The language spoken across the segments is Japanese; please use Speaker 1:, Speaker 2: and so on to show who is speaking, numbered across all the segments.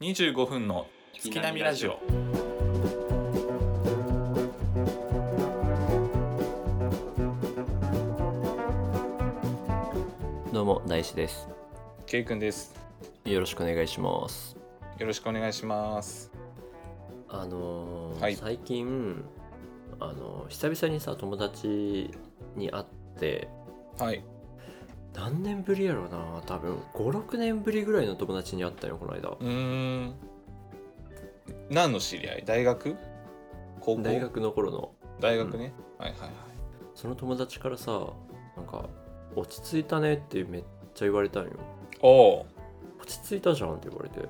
Speaker 1: 25分の月並みラジオ。
Speaker 2: どうも大志です
Speaker 1: ケイくんです。
Speaker 2: よろしくお願いします
Speaker 1: よろしくお願いします。
Speaker 2: あのー
Speaker 1: はい
Speaker 2: 最近あのー久々にさ友達に会って
Speaker 1: はい。
Speaker 2: 何年ぶりやろうな多分56年ぶりぐらいの友達に会ったよこの間
Speaker 1: うーん。何の知り合い？大学？高校？
Speaker 2: 大学の頃の
Speaker 1: 大学ね。はいはいはい。
Speaker 2: その友達からさなんか「落ち着いたね」ってめっちゃ言われたんよ
Speaker 1: おお。
Speaker 2: 「落ち着いたじゃん」って言われて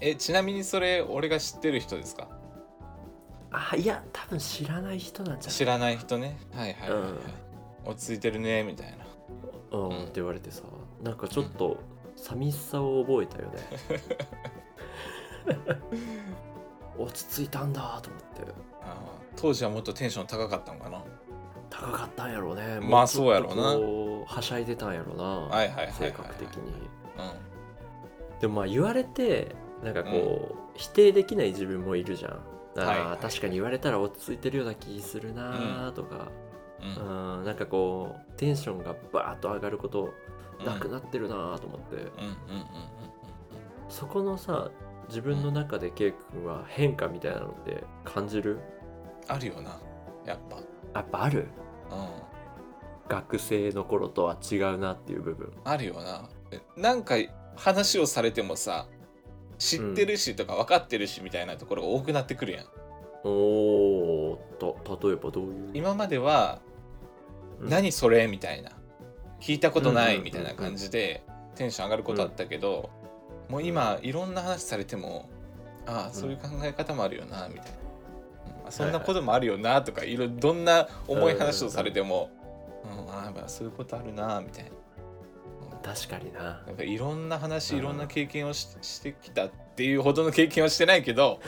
Speaker 1: えちなみにそれ俺が知ってる人ですか？
Speaker 2: あいや多分知らない人なんじ
Speaker 1: 知
Speaker 2: ゃ
Speaker 1: らない人ね。はいはいはい、はい落ち着いてるねみたいな。
Speaker 2: ないうんって言われてさなんかちょっと寂しさを覚えたよね 落ち着いたんだと思って
Speaker 1: あー当時はもっとテンション高かったのかな。
Speaker 2: 高かったんやろうね
Speaker 1: まあそうやろうな
Speaker 2: もうちょっとこうはしゃいでたんやろうな、
Speaker 1: はいはいはいはい、はい。
Speaker 2: 性格的に
Speaker 1: う
Speaker 2: でもまあ言われてなんかこう、否定できない自分もいるじゃんあー、
Speaker 1: はいはい
Speaker 2: 確かに言われたら落ち着いてるような気するなーとか、
Speaker 1: ん。う。
Speaker 2: うんん、なんかこうテンションがバーッと上がること
Speaker 1: うん
Speaker 2: なくなってるなーと思って、
Speaker 1: うんうんうんうんうん。
Speaker 2: そこのさ自分の中でケイ君は変化みたいなのって感じる
Speaker 1: あるよな。やっぱ。
Speaker 2: やっぱある
Speaker 1: うん。
Speaker 2: 学生の頃とは違うなっていう部分
Speaker 1: あるよな。えなんか話をされてもさ知ってるしとか分かってるしみたいなところが多くなってくるやん。
Speaker 2: おーっと例えばどういう
Speaker 1: 今までは「
Speaker 2: うん
Speaker 1: 何それ?」みたいな「聞いたことな
Speaker 2: う
Speaker 1: い」
Speaker 2: んうんうん
Speaker 1: みたいな感じでテンション上がることあったけど、もう今いろんな話されても「ああそういう考え方もあるよな」みたいなうんあ「そんなこともあるよな」とかいろいろどんな重い話をされても「うんああまあそういうことあるな」みたいな。
Speaker 2: 確かにな
Speaker 1: なんかいろんな話
Speaker 2: うん
Speaker 1: いろんな経験をししてきたっていうほどの経験はしてないけど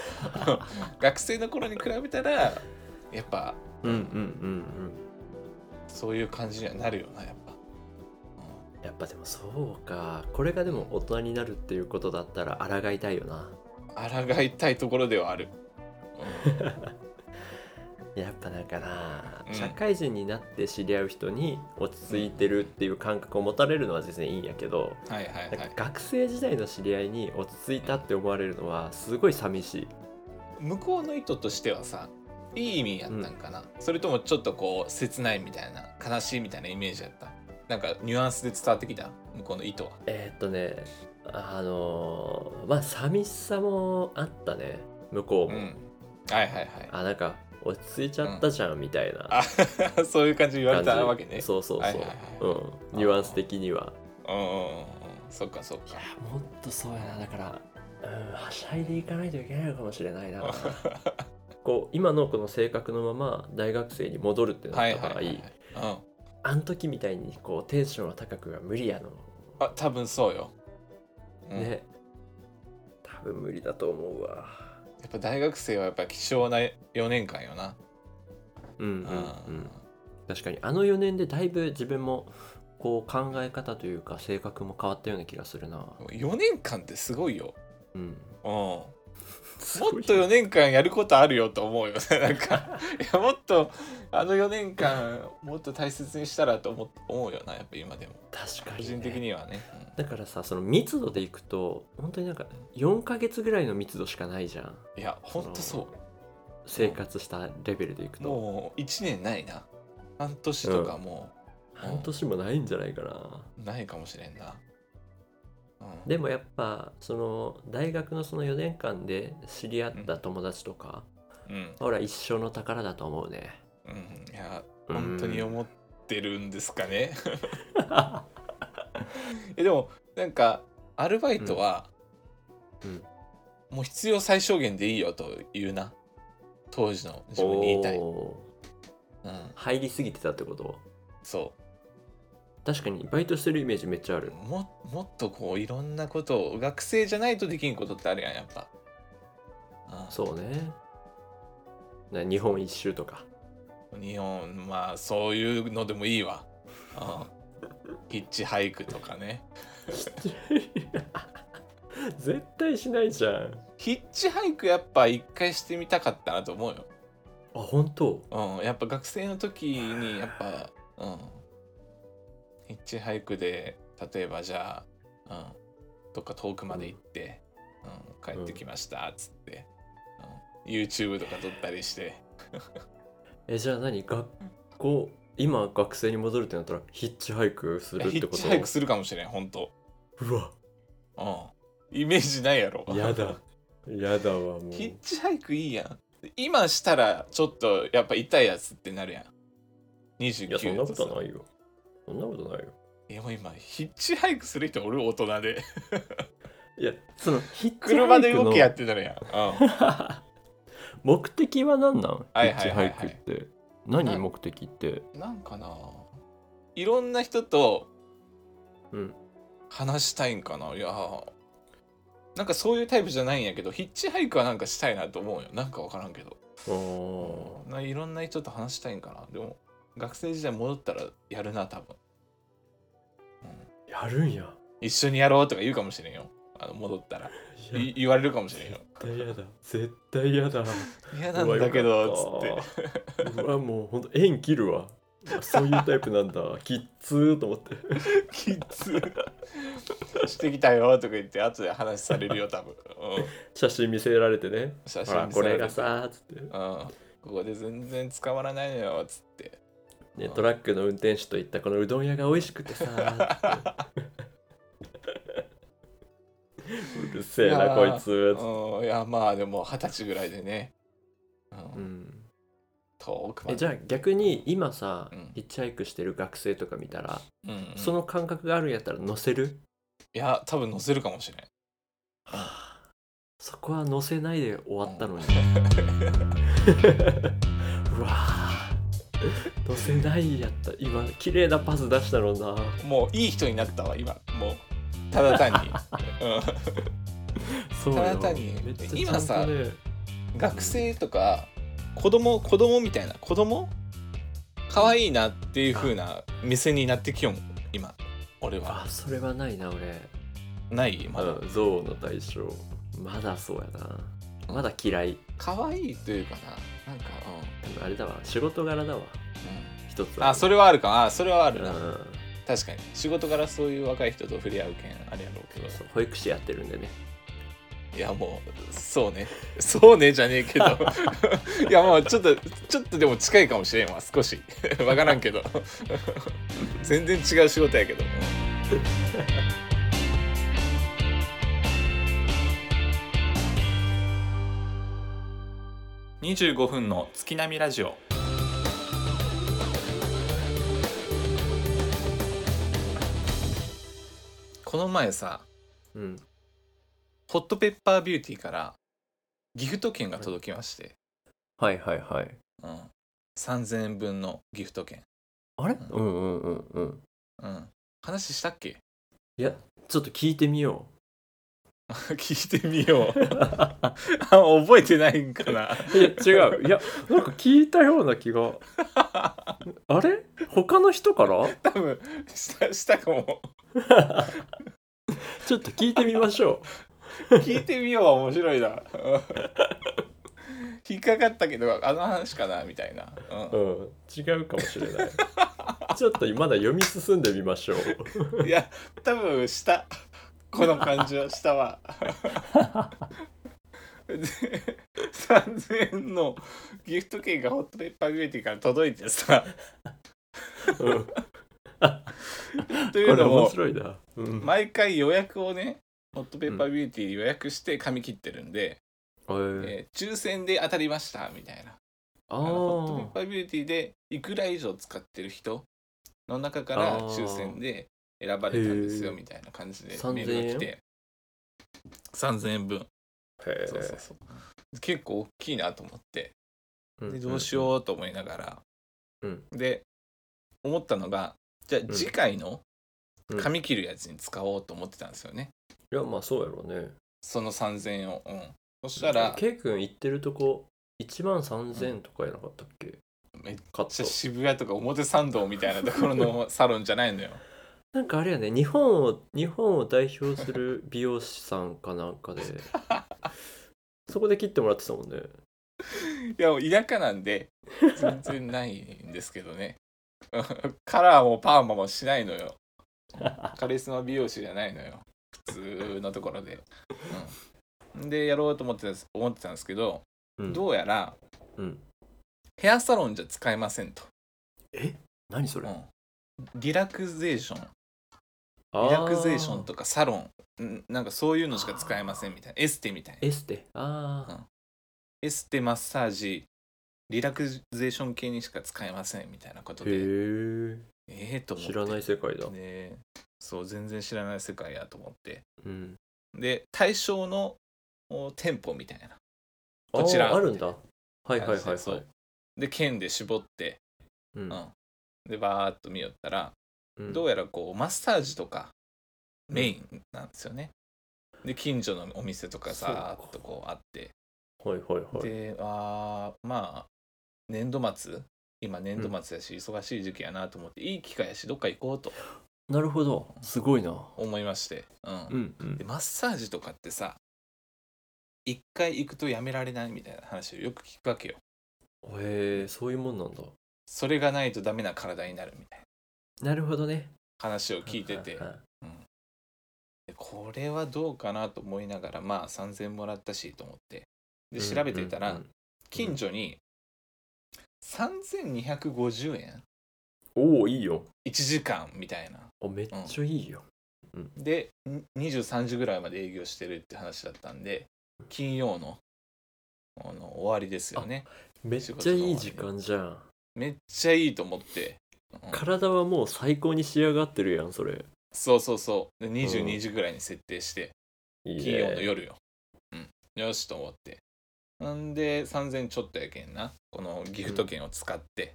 Speaker 1: 学生の頃に比べたらやっぱ
Speaker 2: うんうんうん
Speaker 1: そういう感じにはなるよなやっぱ、
Speaker 2: うんやっぱでもそうかこれがでも大人になるっていうことだったら抗いたいよな
Speaker 1: うん、抗いたいところではある、
Speaker 2: やっぱなんかな、
Speaker 1: うん
Speaker 2: 社会人になって知り合う人に落ち着いてるっていう感覚を持たれるのは全然いいんやけど、
Speaker 1: うんはいはいは
Speaker 2: なん
Speaker 1: い
Speaker 2: か学生時代の知り合いに落ち着いたって思われるのはすごい寂しい
Speaker 1: 向こうの意図としてはさいい意味やったんかな、それともちょっとこう切ないみたいな悲しいみたいなイメージやったなんかニュアンスで伝わってきた向こうの意図は
Speaker 2: えーっとねあのーまあ寂しさもあったね向こ
Speaker 1: う
Speaker 2: うも、
Speaker 1: んはいはいはい
Speaker 2: あなんか落ち着いちゃったじゃんみたいな
Speaker 1: あ そういう感じで言われ
Speaker 2: 感じ
Speaker 1: たわけね
Speaker 2: そうそうそう、
Speaker 1: はいはいはい
Speaker 2: うん、ニュアンス的には
Speaker 1: うんうんうんうんそっかそっ
Speaker 2: い
Speaker 1: か
Speaker 2: やもっとそうやなだからうんはしゃいでいかないといけないのかもしれない なこう今のこの性格のまま大学生に戻るってな
Speaker 1: は
Speaker 2: っ
Speaker 1: い
Speaker 2: た
Speaker 1: は
Speaker 2: 場
Speaker 1: い
Speaker 2: 合、
Speaker 1: はいはい、うん、
Speaker 2: あん時みたいにこうテンションは高くが無理やの、
Speaker 1: あ多分そうよ、うんや
Speaker 2: ね多分無理だと思うわ
Speaker 1: っぱ大学生はやっぱ貴重な4年間よな
Speaker 2: うんう、
Speaker 1: うん
Speaker 2: うん、確かにあの4年でだいぶ自分もこう考え方というか性格も変わったような気がするな
Speaker 1: 4年間ってすごいよ、
Speaker 2: うん
Speaker 1: うん、もっと4年間やることあるよと思うよ なんかいやもっとあの4年間もっと大切にしたらと思思うよなやっぱ今でも
Speaker 2: 確か
Speaker 1: 個
Speaker 2: に、
Speaker 1: 人
Speaker 2: ね、
Speaker 1: 的にはね、
Speaker 2: だからさその密度でいくと本当になんか4ヶ月ぐらいの密度しかないじゃん
Speaker 1: うん、いやほんとそ
Speaker 2: 生活したレベルでいく
Speaker 1: う
Speaker 2: と
Speaker 1: もう1年ないな半年とかも
Speaker 2: 半年もないんじゃないかな
Speaker 1: うないかもしれんな、うん、
Speaker 2: でもやっぱその大学のその4年間で知り合った友達とか、
Speaker 1: うん
Speaker 2: ほら一生の宝だと思うね
Speaker 1: うん、いや本当に思ってるんですかね。 えでもなんかアルバイトは、
Speaker 2: うん
Speaker 1: もう必要最小限でいいよというな当時の自分に言いたい、う
Speaker 2: お
Speaker 1: ん、
Speaker 2: ー入りすぎてたってこと
Speaker 1: そ
Speaker 2: 確かにバイトしてるイメージめっちゃあ
Speaker 1: う
Speaker 2: る
Speaker 1: ももっとこういろんなことを学生じゃないとできんことってあるやんやっぱ、うん
Speaker 2: そうねな日本一周とか
Speaker 1: 日本まあそういうのでもいいわ、うん、ヒッチハイクとかね
Speaker 2: 絶対しないじゃん
Speaker 1: ヒッチハイクやっぱ一回してみたかったなと思うよ、
Speaker 2: あ本当
Speaker 1: うん、やっぱ学生の時にやっぱ、うん、ヒッチハイクで例えばじゃあ、うん、どっか遠くまで行って、うん、帰ってきましたっつって、うん、YouTube とか撮ったりして
Speaker 2: えじゃあ何学校今学生に戻るってなったらヒッチハイクするっ
Speaker 1: ヒ
Speaker 2: て
Speaker 1: ッ
Speaker 2: こと
Speaker 1: チハイクするかもしれん本当
Speaker 2: うわ
Speaker 1: うんイメージないやろ
Speaker 2: やだやだわも う
Speaker 1: ヒッチハイクいいやん今したらちょっとやっぱ痛いやつってなるやん29
Speaker 2: いやそんなこと
Speaker 1: い
Speaker 2: ないよそんなことないよ
Speaker 1: いやもう今ヒッチハイクする人おる大人で
Speaker 2: いやそのヒッチハ
Speaker 1: 車
Speaker 2: イ
Speaker 1: で
Speaker 2: ク
Speaker 1: 動
Speaker 2: の
Speaker 1: けやってなるやん、うん、
Speaker 2: 目的は何なんヒ
Speaker 1: はいはい
Speaker 2: ッ
Speaker 1: はいは
Speaker 2: チハ
Speaker 1: い
Speaker 2: イクって何
Speaker 1: な
Speaker 2: 目的って
Speaker 1: なんかな。いろんな人と
Speaker 2: うん
Speaker 1: 話したいんかな。いやー。なんかそういうタイプじゃないんやけど、ヒッチハイクはなんかしたいなと思うよ。なんかわからんけど。
Speaker 2: あー
Speaker 1: ないろんな人と話したいんかな。でも、学生時代戻ったらやるな、多分。
Speaker 2: やるんや
Speaker 1: 一緒にやろうとか言うかもしれんよ。あの戻った ら。
Speaker 2: いや
Speaker 1: い言われるかもしれんよ。
Speaker 2: 絶対やだ絶対やだ
Speaker 1: 嫌なんだけど、つって。
Speaker 2: つってうわもうほんと縁切るわそういうタイプなん だきっつーと思って
Speaker 1: キッズ してきたよとか言って、後で話されるよ、多 分。うん、
Speaker 2: 写真見せられてね
Speaker 1: 写
Speaker 2: ほら
Speaker 1: 真見せ
Speaker 2: こ
Speaker 1: ら
Speaker 2: れ
Speaker 1: れて
Speaker 2: がさーっつって
Speaker 1: うん、ここで全然捕まらないのよつって
Speaker 2: ね、トラックの運転手といったこのうどん屋が美味しくてさーってうるせえ
Speaker 1: い
Speaker 2: な
Speaker 1: や
Speaker 2: こ
Speaker 1: ー
Speaker 2: いつ
Speaker 1: うんいやまあでも二十歳ぐらいでね、う、
Speaker 2: うんん、
Speaker 1: 遠くまで
Speaker 2: えじゃあ逆に今さ、
Speaker 1: うん
Speaker 2: ヒッチハイクしてる学生とか見たら、
Speaker 1: うんうん
Speaker 2: その感覚があるんやったら乗せる
Speaker 1: いや多分乗せるかもしれん
Speaker 2: そこは乗せないで終わったのに、うわー乗せないやった今綺麗なパス出したのにな
Speaker 1: もういい人になったわ今もうただ単 に、
Speaker 2: そう
Speaker 1: ただ
Speaker 2: よ
Speaker 1: 単に
Speaker 2: めっちゃ
Speaker 1: 今
Speaker 2: ちゃんとね
Speaker 1: うん、学生とか子供子供みたいな子供可愛いなっていう風な目線になってきよん今俺は
Speaker 2: あそれはないな俺
Speaker 1: ないまだ、
Speaker 2: うん、憎悪の対象まだそうやなまだ嫌い
Speaker 1: 可愛いというかななんか
Speaker 2: あれだわ仕事柄だわ
Speaker 1: う
Speaker 2: 一つ
Speaker 1: ん、うん、あそ
Speaker 2: れ
Speaker 1: れはあるかあそれはあ
Speaker 2: う
Speaker 1: る
Speaker 2: ん
Speaker 1: な、確かに仕事からそういう若い人と触れ合う件あれやろうけど
Speaker 2: そう保育士やってるんでね
Speaker 1: いやもうそうね そうねじゃねえけ どいやもうちょっとちょっとでも近いかもしれんわ少し わからんけど 全然違う仕事や けど25分の月並みラジオこの前さ
Speaker 2: うん
Speaker 1: ホットペッパービューティーからギフト券が届きまして、
Speaker 2: はいはいはい
Speaker 1: うん、3000円分のギフト券、
Speaker 2: あれ
Speaker 1: う
Speaker 2: うんうんうんうん
Speaker 1: うん、話したっけ
Speaker 2: いやちょっと聞いてみよ
Speaker 1: 聞いてみよう
Speaker 2: うい
Speaker 1: 覚えてないんかな
Speaker 2: や違ういやなんか聞いたような気があれ他の人から
Speaker 1: 多分したしたかも
Speaker 2: ちょっと聞いてみましょ
Speaker 1: 聞いてみようは面白いな引っかかったけどあの話かなみたいな、
Speaker 2: う、うん、違うかもしれないちょっとまだ読み進んでみましょう
Speaker 1: うん、いや多分したこの感じはしたわで3000円のギフト券がホットペッパービューティーから届いてさ
Speaker 2: うん
Speaker 1: というのも
Speaker 2: 白いな。うん。
Speaker 1: 毎回予約をねホットペッパービューティー予約して髪切ってるんで、
Speaker 2: え
Speaker 1: えー抽選で当たりましたみたいな
Speaker 2: あ
Speaker 1: あのホットペッ
Speaker 2: ー
Speaker 1: パービューティーでいくら以上使ってる人の中から
Speaker 2: あー
Speaker 1: 抽選で選ばれたんですよ
Speaker 2: へー
Speaker 1: みたいな感じで
Speaker 2: 3000
Speaker 1: メールが来て3000円分
Speaker 2: へ
Speaker 1: そうそう
Speaker 2: ー
Speaker 1: そう結構大きいなと思って
Speaker 2: うん
Speaker 1: でどうしようと思いながら、
Speaker 2: うん
Speaker 1: で思ったのがじゃあ
Speaker 2: ん
Speaker 1: 次回の
Speaker 2: うん
Speaker 1: 髪切るやつに使おうと思ってたんですよね、
Speaker 2: うん。いや、まあそうやろうね。
Speaker 1: その3000円を、うん、そしたら
Speaker 2: ケイ君行ってるとこ、1万3000とかやなかったっけ
Speaker 1: めっ
Speaker 2: カッ
Speaker 1: ち
Speaker 2: ト
Speaker 1: ゃ。渋谷とか表参道みたいなところのサロンじゃないのよ
Speaker 2: なんかあれやね日本を日本を代表する美容師さんかなん かでそこで切ってもらってたもんね
Speaker 1: いやもう田舎なんで全然ないんですけどね カラーもパーマもしないのよカリスマ美容師じゃないのよ普通のところで、うん、でやろうと思ってたんです思ってたんですけど、
Speaker 2: うん
Speaker 1: どうやら
Speaker 2: うん
Speaker 1: ヘアサロンじゃ使えませんと、
Speaker 2: え何それ
Speaker 1: うんリラクゼーション
Speaker 2: あ
Speaker 1: リラクゼーション
Speaker 2: と
Speaker 1: とかサロンんなんかそういうのしか使えませんみたいなエステみたいな
Speaker 2: エステああ
Speaker 1: エステマッサージリラクゼーション系にしか使えませんみたいなこと
Speaker 2: へ
Speaker 1: で
Speaker 2: え
Speaker 1: ええと思って
Speaker 2: 知らない世界だ、
Speaker 1: ねそう全然知らない世界やと思って
Speaker 2: うん
Speaker 1: で対象のお店舗みたいなこちら
Speaker 2: あーあるんだはいはいはいはい
Speaker 1: そうで県で絞って、
Speaker 2: うん
Speaker 1: うんでバーっと見よったら、
Speaker 2: うん
Speaker 1: どうやらこうマッサージとかメインなんですよね、で近所のお店とかさ
Speaker 2: そう
Speaker 1: ー
Speaker 2: か
Speaker 1: っとこうあって
Speaker 2: はいはいはい
Speaker 1: であーまあ年度末今年度末やし、忙しい時期やなと思っていい機会やしどっか行こうと
Speaker 2: なるほどすごいな
Speaker 1: 思いまして、うん
Speaker 2: うんうん
Speaker 1: でマッサージとかってさ一回行くとやめられないみたいな話をよく聞くわけよ
Speaker 2: へえそういうもんなんだ
Speaker 1: それがないとダメな体になるみたいな
Speaker 2: なるほどね
Speaker 1: 話を聞いてて
Speaker 2: はいはいはい
Speaker 1: でこれはどうかなと思いながらまあ3,000もらったしと思ってで
Speaker 2: うん
Speaker 1: 調べていたら、
Speaker 2: うんうん
Speaker 1: 近所に3250円
Speaker 2: おおいいよ
Speaker 1: 1時間みたいな
Speaker 2: あめっちゃいいよ、
Speaker 1: でん23時ぐらいまで営業してるって話だったんで金曜のあの終わりですよね
Speaker 2: めっちゃいい時間じゃん
Speaker 1: めっちゃいいと思って、うん
Speaker 2: 体はもう最高に仕上がってるやんそれ
Speaker 1: そうそうそうで
Speaker 2: う
Speaker 1: 22
Speaker 2: ん
Speaker 1: 時ぐらいに設定して
Speaker 2: いいね
Speaker 1: 金曜の夜よ、うん、よしと思ってなんで3000ちょっとやけんなこのギフト券を使って、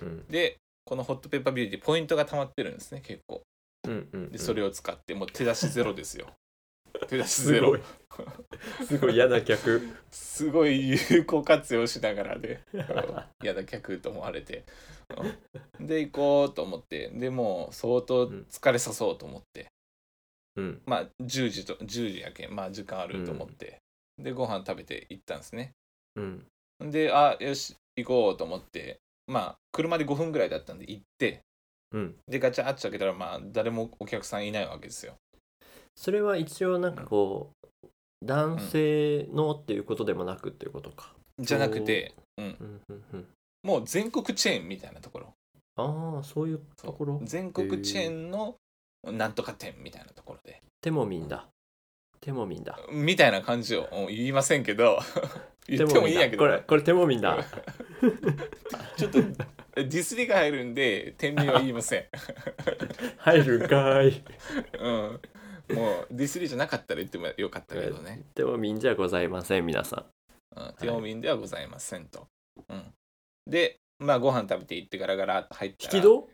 Speaker 2: うん
Speaker 1: でこのホットペッパービューティーポイントが溜まってるんですね結構
Speaker 2: うんうん
Speaker 1: でそれを使ってもう手出しゼロです よ手出しゼ
Speaker 2: す
Speaker 1: ロ
Speaker 2: ごいすごい嫌な客
Speaker 1: すごい有効活用しながら で嫌だ客と思われてうんで行こうと思ってでもう相当疲れさそうと思って、
Speaker 2: うん
Speaker 1: まあ10時と10時やけんまあ時間あると思って、でご飯食べて行ったんですね
Speaker 2: うん
Speaker 1: であよし行こうと思ってまあ車で5分ぐらいだったんで行って
Speaker 2: うん
Speaker 1: でガチャッと開けたらまあ誰もお客さんいないわけですよ
Speaker 2: それは一応なんかこう男性のっていうことでもなくっていうことか
Speaker 1: じゃなくて
Speaker 2: うんうんうん
Speaker 1: もう全国チェーンみたいなところ
Speaker 2: ああそういう
Speaker 1: そう
Speaker 2: ところ
Speaker 1: 全国チェーンのなんとか店みたいなところで
Speaker 2: 手もみんだ手もみんだ
Speaker 1: みたいな感じをうん言いませんけど 言ってもいいんやけど
Speaker 2: これこれ手もみんだ
Speaker 1: ちょっとディスりが入るんで店名は言いません、
Speaker 2: 入るんかーい
Speaker 1: うん、もうディスりじゃなかったら言ってもよかったけどね、
Speaker 2: 手もみんじゃございません皆さん
Speaker 1: うん、手を見んではございませんと、うん、でまあご飯食べて行ってガラガラと入ったら
Speaker 2: 引き戸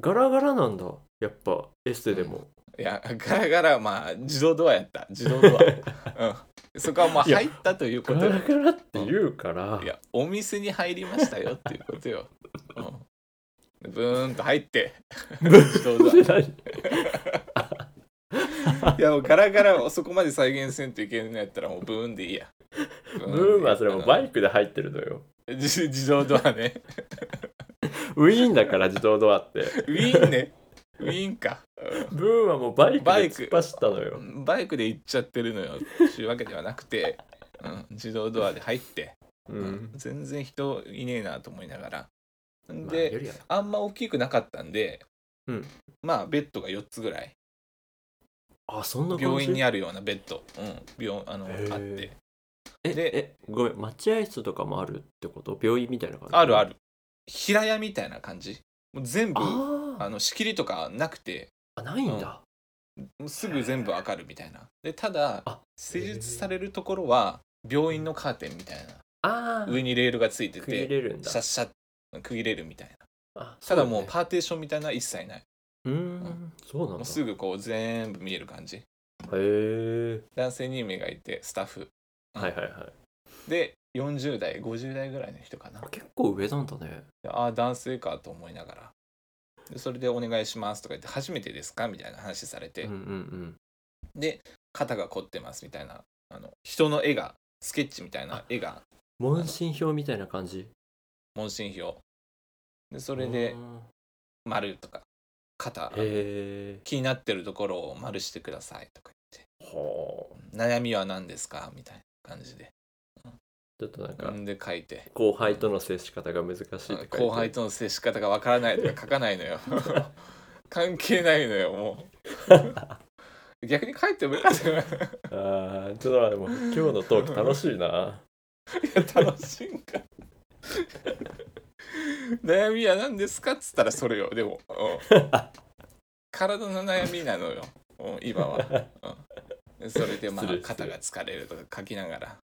Speaker 2: ガラガラなんだやっぱエステでも、
Speaker 1: いやガラガラまあ自動ドアやった自 動ドア、うん、そこはもう
Speaker 2: いや
Speaker 1: 入ったということで
Speaker 2: ガラガラって言うから、
Speaker 1: いやお店に入りましたよっていうことよ、うん、ブーンと入って自動ドア
Speaker 2: 何
Speaker 1: いやもうガラガラをそこまで再現せんといけんのやったらもうブーンでいいや。ブ
Speaker 2: ブームはそれもバイ
Speaker 1: ク
Speaker 2: クで入ってるのよ
Speaker 1: 自自動ドアね。
Speaker 2: ウィーンだから自動ドアって
Speaker 1: ウィーンね。ウィーンか。
Speaker 2: ブームはもうバイクで
Speaker 1: バイク
Speaker 2: 突っ走ったのよ
Speaker 1: うんバイクで行っちゃってるのよ。ちゅうわけではなくて、うん、自動ドアで入って、
Speaker 2: う
Speaker 1: うん
Speaker 2: ん、
Speaker 1: 全然人いねえなと思いながら。
Speaker 2: まあ
Speaker 1: で、
Speaker 2: よりは
Speaker 1: あ、んま大きくなかったんで、
Speaker 2: うん
Speaker 1: まあベッドが4つぐらい。
Speaker 2: あそんな感じ
Speaker 1: 病院に
Speaker 2: あ
Speaker 1: あるようなベッド、うん、病あのあ
Speaker 2: へえ
Speaker 1: って。
Speaker 2: え
Speaker 1: で
Speaker 2: えごめん待合室とかもあるってこと病院みたいな感じ
Speaker 1: あるあ
Speaker 2: る
Speaker 1: る。平屋みたいな感じ。もう全部
Speaker 2: あー
Speaker 1: あの仕切りとかなくて
Speaker 2: あないんだ、
Speaker 1: もうすぐ全部わかるみたいなでただ
Speaker 2: あ
Speaker 1: 施術されるところは病院のカーテンみたい
Speaker 2: あ
Speaker 1: な
Speaker 2: あ
Speaker 1: 上にレールがついて
Speaker 2: 区切
Speaker 1: て
Speaker 2: れるんだ
Speaker 1: シャッシャッ区切れるみたいな
Speaker 2: あそ
Speaker 1: た
Speaker 2: うだ
Speaker 1: だもう
Speaker 2: ね
Speaker 1: パーテーションみたいなのは一切ないう
Speaker 2: ーんそうなん
Speaker 1: もう
Speaker 2: だ
Speaker 1: すぐこう全部見える感じ
Speaker 2: へえ
Speaker 1: 男性2名がいてスタッフ
Speaker 2: はいはいはい
Speaker 1: で40代50代ぐらいの人かな
Speaker 2: あ結構上なんだね
Speaker 1: ああー男性かと思いながらでそれで「お願いします」とか言って「初めてですか?」みたいな話されて、
Speaker 2: うんうんうん
Speaker 1: で肩が凝ってますみたいなあの人の絵がスケッチみたいな絵が
Speaker 2: 問診票みたいな感じ
Speaker 1: 問診票でそ
Speaker 2: そ
Speaker 1: れで丸とか肩
Speaker 2: へえ
Speaker 1: 気になってるところを丸してくださいとか
Speaker 2: ほう
Speaker 1: 言って悩みは何ですかみたいな感じで
Speaker 2: ちょっとなんか、
Speaker 1: んで書いて
Speaker 2: 後輩との接し方が難しいって書いてある
Speaker 1: 後輩との接し方がわからない とか書かないのよ 関係ないのよも う逆に書いてもよかったよい
Speaker 2: ああちょっとでも今日のトーク楽し いな
Speaker 1: や楽しいんか 悩みは何ですかっつったらそれよでも、うん体の悩みなのよ、うん今は、うんそれでまあ
Speaker 2: 失礼失礼
Speaker 1: 肩が疲れるとか書きながら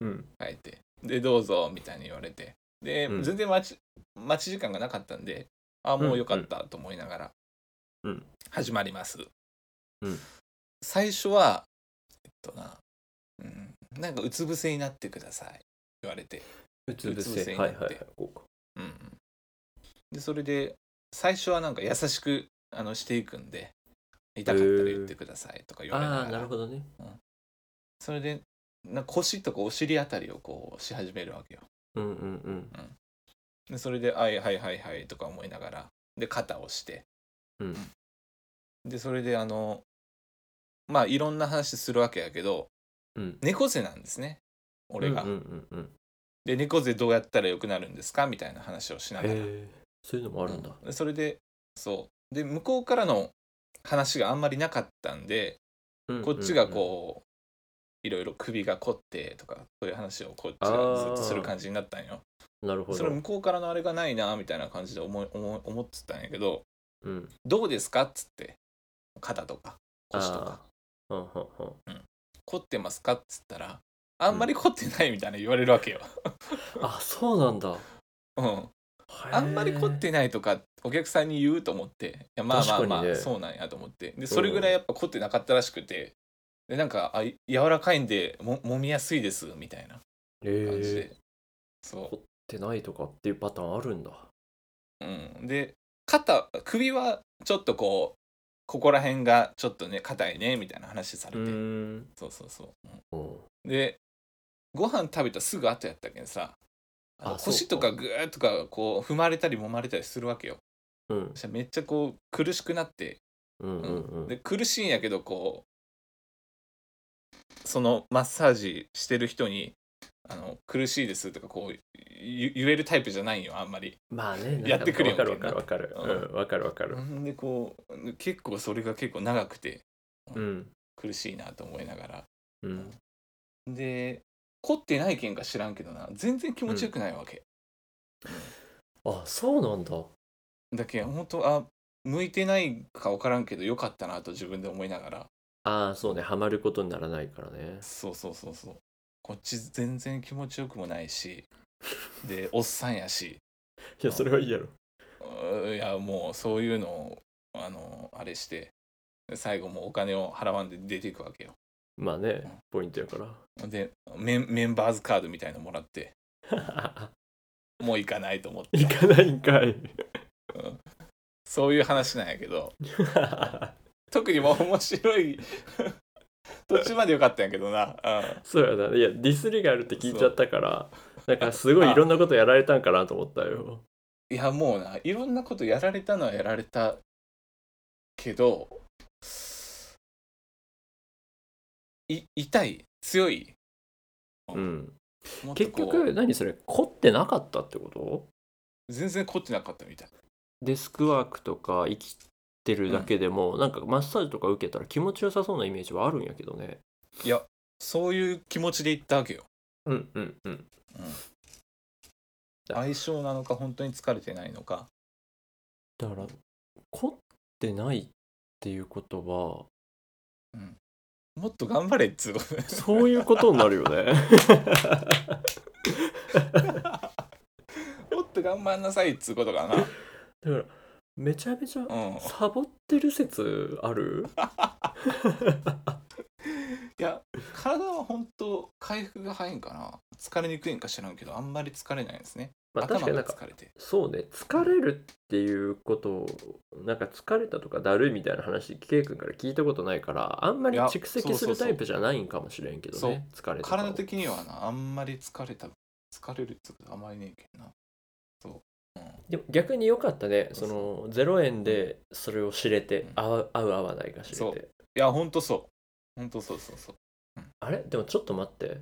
Speaker 2: うん
Speaker 1: 書いてでどうぞみたいに言われてで、
Speaker 2: うん
Speaker 1: 全然待ち待ち時間がなかったんであもうよかったと思いながら、
Speaker 2: うん
Speaker 1: 始まります、
Speaker 2: うん
Speaker 1: 最初はえっとな、うん、なんかうつ伏せになってください言われて、
Speaker 2: うつ伏
Speaker 1: うつ伏せ
Speaker 2: せ
Speaker 1: にな
Speaker 2: は
Speaker 1: っ
Speaker 2: い
Speaker 1: て
Speaker 2: はいはいこうか
Speaker 1: うんうん、でそれで最初はなんか優しくあのしていくんで痛かったら言ってくださいとか言われなが
Speaker 2: ああ
Speaker 1: ら
Speaker 2: なるほどね
Speaker 1: それでな腰とかお尻あたりをこうし始めるわけよ
Speaker 2: うんうんうん
Speaker 1: でそれで「はいはいはいはい」とか思いながらで肩をして
Speaker 2: うん
Speaker 1: でそれであのまあいろんな話するわけやけど
Speaker 2: うん
Speaker 1: 猫背なんですね俺が。
Speaker 2: うんうんうんうん
Speaker 1: で猫背どうやったら良くなるんですかみたいな話をしな
Speaker 2: へ
Speaker 1: がら。
Speaker 2: えそういうのもあるんだ
Speaker 1: うんでそれでそうで向こうからの話があんまりなかったんでこっちがこういろいろ首が凝ってとかそういう話をこっちがずっとする感じになったんよ。
Speaker 2: うんなるほ
Speaker 1: それ向
Speaker 2: ど
Speaker 1: こうからのあれがないなみたいな感じで思い思い思ってたんやけど
Speaker 2: うん
Speaker 1: どうですかっつって肩とか腰とか
Speaker 2: あーうんうんうん
Speaker 1: 凝ってますかっつったらあんまり凝ってないみたいな言われるわけよ、
Speaker 2: あそうなんだ
Speaker 1: うん、 あんまり凝ってないとかお客さんに言うと思っていやまあまあま
Speaker 2: 確か
Speaker 1: あ、
Speaker 2: にね
Speaker 1: そうなんやと思ってでそれぐらいやっぱ凝ってなかったらしくてでなんかあい柔らかいんでも揉みやすいですみたいな
Speaker 2: へえ
Speaker 1: 感じで、
Speaker 2: 凝
Speaker 1: そ
Speaker 2: ってないとかっていうパターンあるんだ
Speaker 1: う、うん、で肩首はちょっとこうここら辺がちょっとね硬いねみたいな話され
Speaker 2: う
Speaker 1: て、
Speaker 2: ーん
Speaker 1: そうそうそう、うん
Speaker 2: うん
Speaker 1: でご飯食べたすぐ後やったけんさあの
Speaker 2: あ
Speaker 1: 腰
Speaker 2: そ
Speaker 1: と
Speaker 2: うか
Speaker 1: かグーとかこう踏まれたり揉まれたりするわけよ
Speaker 2: うん
Speaker 1: そしたらめっちゃこう苦しくなって、
Speaker 2: うん
Speaker 1: う
Speaker 2: うんんう
Speaker 1: で
Speaker 2: ん
Speaker 1: 苦しいんやけどこうそのマッサージしてる人にあの苦しいですとかこうゆ言えるタイプじゃないんよあんまり
Speaker 2: まあねなんか
Speaker 1: やってくるよ
Speaker 2: わかるわかる
Speaker 1: う
Speaker 2: わかる
Speaker 1: ん
Speaker 2: うんわかるわかる
Speaker 1: んでこう結構それが結構長くて
Speaker 2: うん
Speaker 1: 苦しいなと思いながら
Speaker 2: うん
Speaker 1: で凝ってないけんか知らんけどな全然気持ちよくないわけ、
Speaker 2: あそうなんだ
Speaker 1: だけ本当あ向いてないか分からんけどよかったなと自分で思いながら
Speaker 2: ああそうねハマることにならないからね
Speaker 1: そうそうそうそうこっち全然気持ちよくもないしでおっさんやし
Speaker 2: いやそれはいいやろ
Speaker 1: うんいやもうそういうのをあのあれして最後もうお金を払わんで出ていくわけよ
Speaker 2: まあ
Speaker 1: うん
Speaker 2: ねポイントやか
Speaker 1: でメンメンバーズカードみたいのもらって
Speaker 2: ら
Speaker 1: もう行かないと思って、
Speaker 2: 行かないんかい
Speaker 1: うんそういう話なんやけど特にもう面白い 途中までよかったんやけどな、うん
Speaker 2: そうやないやディスりがあるって聞いちゃったからだからすごいいろんなことやられたんかなと思ったよ
Speaker 1: いやもうないろんなことやられたのはやられたけどい痛い強い
Speaker 2: うん
Speaker 1: もっと
Speaker 2: 結
Speaker 1: こう
Speaker 2: 局何それ凝ってなかったってこと
Speaker 1: 全然凝ってなかったみたい
Speaker 2: デスクワークとか生きてるだけでも、なんかマッサージとか受けたら気持ちよさそうなイメージはあるんやけどね
Speaker 1: いやそういう気持ちで行ったわけよ
Speaker 2: うんうんうん
Speaker 1: 相性なのか本当に疲れてないのか
Speaker 2: だから凝ってないっていうことは
Speaker 1: もっと頑張れっつうこと
Speaker 2: そういうことになるよ ね
Speaker 1: もっと頑張んなさいっつうことかな
Speaker 2: だからめちゃめちゃ
Speaker 1: うん
Speaker 2: サボってる説ある
Speaker 1: いや体は本当回復が早いんかな疲れにくいんか知らんけどあんまり疲れないんですね
Speaker 2: まあ確か
Speaker 1: 頭
Speaker 2: にな
Speaker 1: が
Speaker 2: んか
Speaker 1: 疲れて
Speaker 2: そうね疲れるっていうことをなんか疲れたとかだるいみたいな話 K 君から聞いたことないからあんまり
Speaker 1: いや
Speaker 2: 蓄積
Speaker 1: そ
Speaker 2: す
Speaker 1: うそう
Speaker 2: る
Speaker 1: そう
Speaker 2: タイプじゃないんかもしれんけど
Speaker 1: そう
Speaker 2: ね疲れとかを
Speaker 1: 体的にはなあんまり疲れた疲れるってことあんまりねえけどなそう、うん、
Speaker 2: でも逆に良かったねその0円でそれを知れて、
Speaker 1: うん
Speaker 2: 合う合う合わないが知
Speaker 1: そ
Speaker 2: れ
Speaker 1: う
Speaker 2: て
Speaker 1: いやほんとそうほんとそうそうそう、
Speaker 2: あれでもちょっと待って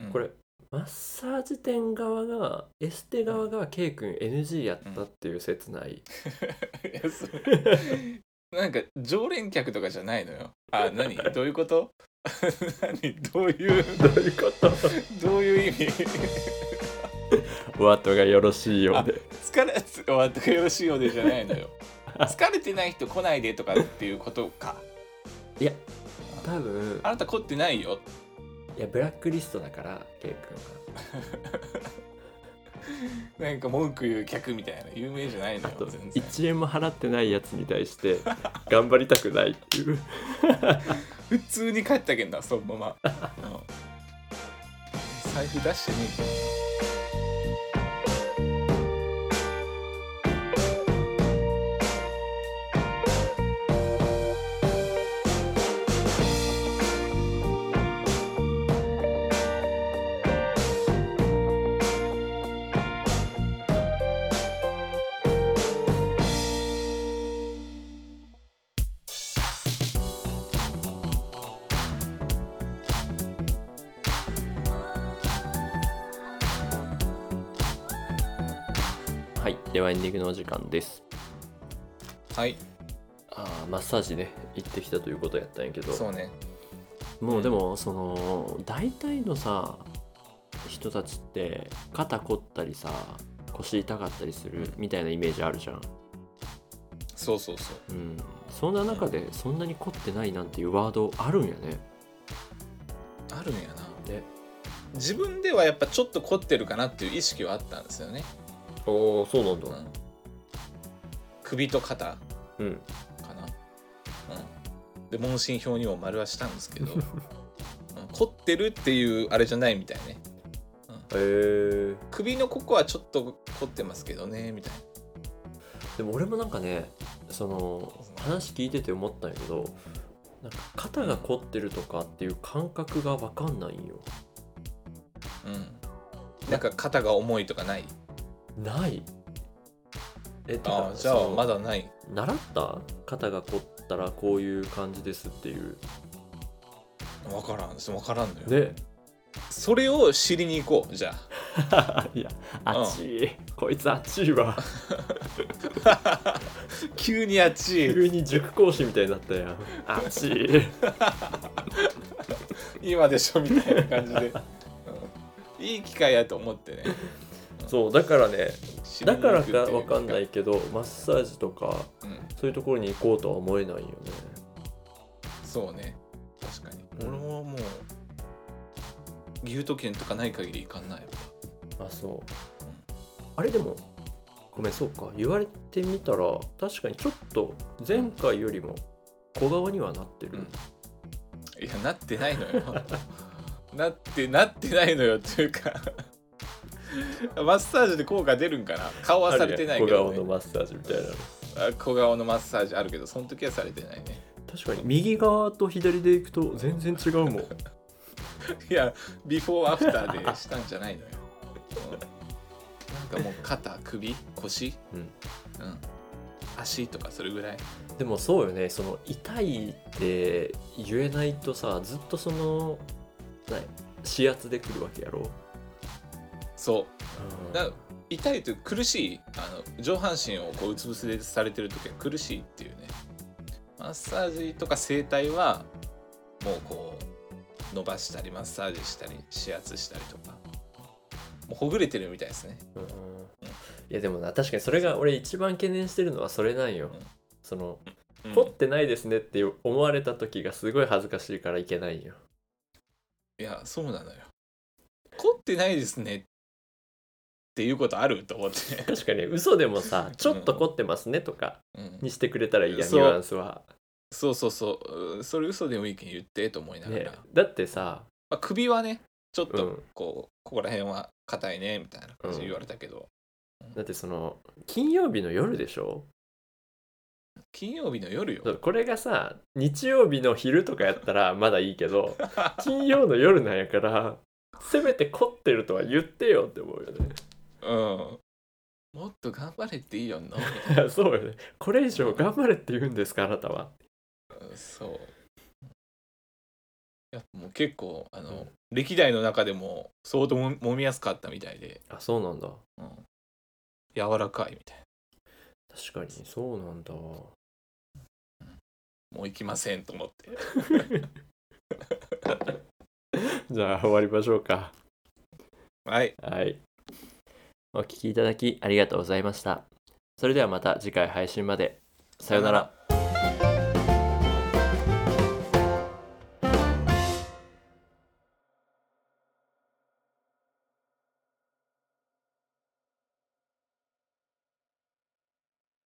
Speaker 1: うん
Speaker 2: これマッサージ店側がエステ側が K 君 NG やったっていう説ない、
Speaker 1: いやそれなんか常連客とかじゃないのよ あ何どういうこと何 どういう
Speaker 2: どういうこと
Speaker 1: どういう意味
Speaker 2: お後がよろしいようで
Speaker 1: 疲れつ終わってよろしいようでじゃないのよ疲れてない人来ないでとかっていうことか
Speaker 2: いや多分
Speaker 1: あなた凝ってないよ
Speaker 2: いやブラックリストだから K 君は
Speaker 1: なんか文句言う客みたいな有名じゃないの
Speaker 2: あ
Speaker 1: よ
Speaker 2: と
Speaker 1: 全然
Speaker 2: 1円も払ってないやつに対して頑張りたくないっ ていう
Speaker 1: 普通に帰ったけんなそのまま、うん 財布出してねえけど
Speaker 2: はいではエンディングのお時間です
Speaker 1: はい
Speaker 2: あーマッサージね行ってきたということやったんやけど
Speaker 1: そうね
Speaker 2: もうでもその大体のさ人たちって肩凝ったりさ腰痛かったりするみたいなイメージあるじゃん、
Speaker 1: そうそうそう
Speaker 2: うん、そんな中でそんなに凝ってないなんていうワードあるんやね
Speaker 1: あるんやな
Speaker 2: ね
Speaker 1: 自分ではやっぱちょっと凝ってるかなっていう意識はあったんですよね、
Speaker 2: おおそうなん
Speaker 1: うん、首と肩か
Speaker 2: うん
Speaker 1: な、うん、で問診票にも丸はしたんですけ ど、うん、凝ってるっていうあれじゃないみたいね
Speaker 2: へえ
Speaker 1: 首のここはちょっと凝ってますけどねみたいな
Speaker 2: でも俺もなんかねその話聞いてて思ったんやけどなんか肩が凝ってるとかっていう感覚が分かんないんよ
Speaker 1: うん、なんか肩が重いとかない
Speaker 2: ないえて
Speaker 1: あ
Speaker 2: か
Speaker 1: あじゃ
Speaker 2: そ
Speaker 1: あ
Speaker 2: の
Speaker 1: まだない
Speaker 2: 習った肩が凝ったらこういう感じですっていう
Speaker 1: 分からん分からんのよ、
Speaker 2: ね
Speaker 1: それを知りに行こうじゃ
Speaker 2: いや熱い、こいつ熱い わ
Speaker 1: あ 急にあっち
Speaker 2: 急に塾講師みたいになったやん熱い
Speaker 1: 今でしょみたいな感じ で、うんいい機会やと思ってね
Speaker 2: そうだからね
Speaker 1: 知り
Speaker 2: だ
Speaker 1: に行く
Speaker 2: から
Speaker 1: ってい
Speaker 2: か
Speaker 1: う
Speaker 2: 分かんないけどマッサージとか
Speaker 1: うん
Speaker 2: そういうところに行こうとは思えないよね
Speaker 1: そうね確かに、
Speaker 2: うん
Speaker 1: 俺ももう牛都券とかない限り行かんない
Speaker 2: あそうあれでもごめんそうか言われてみたら確かにちょっと前回よりも小顔にはなってる、
Speaker 1: うんいやなってないのよ なってなってないのよっていうか マッサージで効果出るんかな顔はされてないけど、
Speaker 2: 小顔の
Speaker 1: ね、
Speaker 2: マッサージみたいな
Speaker 1: あ小顔のマッサージあるけどその時はされてないね
Speaker 2: 確かに右側と左で行くと全然違うもん
Speaker 1: いやビフォーアフター でしたんじゃないのよ、うんなんかもう肩首腰、
Speaker 2: うん
Speaker 1: うん、足とかそれぐらい
Speaker 2: でもそうよねその痛いって言えないとさずっとその何指圧でくるわけやろ、
Speaker 1: そう
Speaker 2: うん
Speaker 1: だ痛いという苦しいあの上半身をこううつ伏せでされてる時は苦しいっていうねマッサージとか整体はもうこう伸ばしたりマッサージしたり指圧したりとかもうほぐれてるみたいですね
Speaker 2: うんいやでもな確かにそれが俺一番懸念してるのはそれなんよ、
Speaker 1: うん
Speaker 2: その
Speaker 1: うん
Speaker 2: 凝ってないですねって思われた時がすごい恥ずかしいからいけないんよ
Speaker 1: いやそうなのよ凝ってないですねっていうことあると 思って、
Speaker 2: 確かに嘘でもさちょっと凝ってますねとか
Speaker 1: うん
Speaker 2: にしてくれたらいいやん
Speaker 1: そ
Speaker 2: ニ
Speaker 1: う
Speaker 2: ュアンスは、
Speaker 1: そうそうそううんそれ嘘でもいいけん言ってと思いながら、
Speaker 2: ね、だってさ
Speaker 1: まあ、首はねちちょっ
Speaker 2: う
Speaker 1: と
Speaker 2: ん
Speaker 1: こうここら辺は硬いねみたいな感じで言われたけど、
Speaker 2: だってその金曜日の夜でしょ
Speaker 1: 金曜日の夜よ
Speaker 2: そうこれがさ日曜日の昼とかやったらまだいいけ ど金曜の夜なんやからせめて凝ってるとは言ってよって思うよね
Speaker 1: うんもっと頑張れっていいよんの
Speaker 2: いやそうよねこれ以上頑張れって言うんですかあなたは
Speaker 1: そういやもう結構あの、
Speaker 2: うん
Speaker 1: 歴代の中でも相当も揉みやすかったみたいで、
Speaker 2: あそうなんだ
Speaker 1: うん、柔らかいみたい
Speaker 2: 確かにそうなんだ
Speaker 1: なもう行きませんと思って
Speaker 2: じゃあ終わりましょうか
Speaker 1: はい
Speaker 2: はい。お聞きいただきありがとうございました。それではまた次回配信まで。さようなら。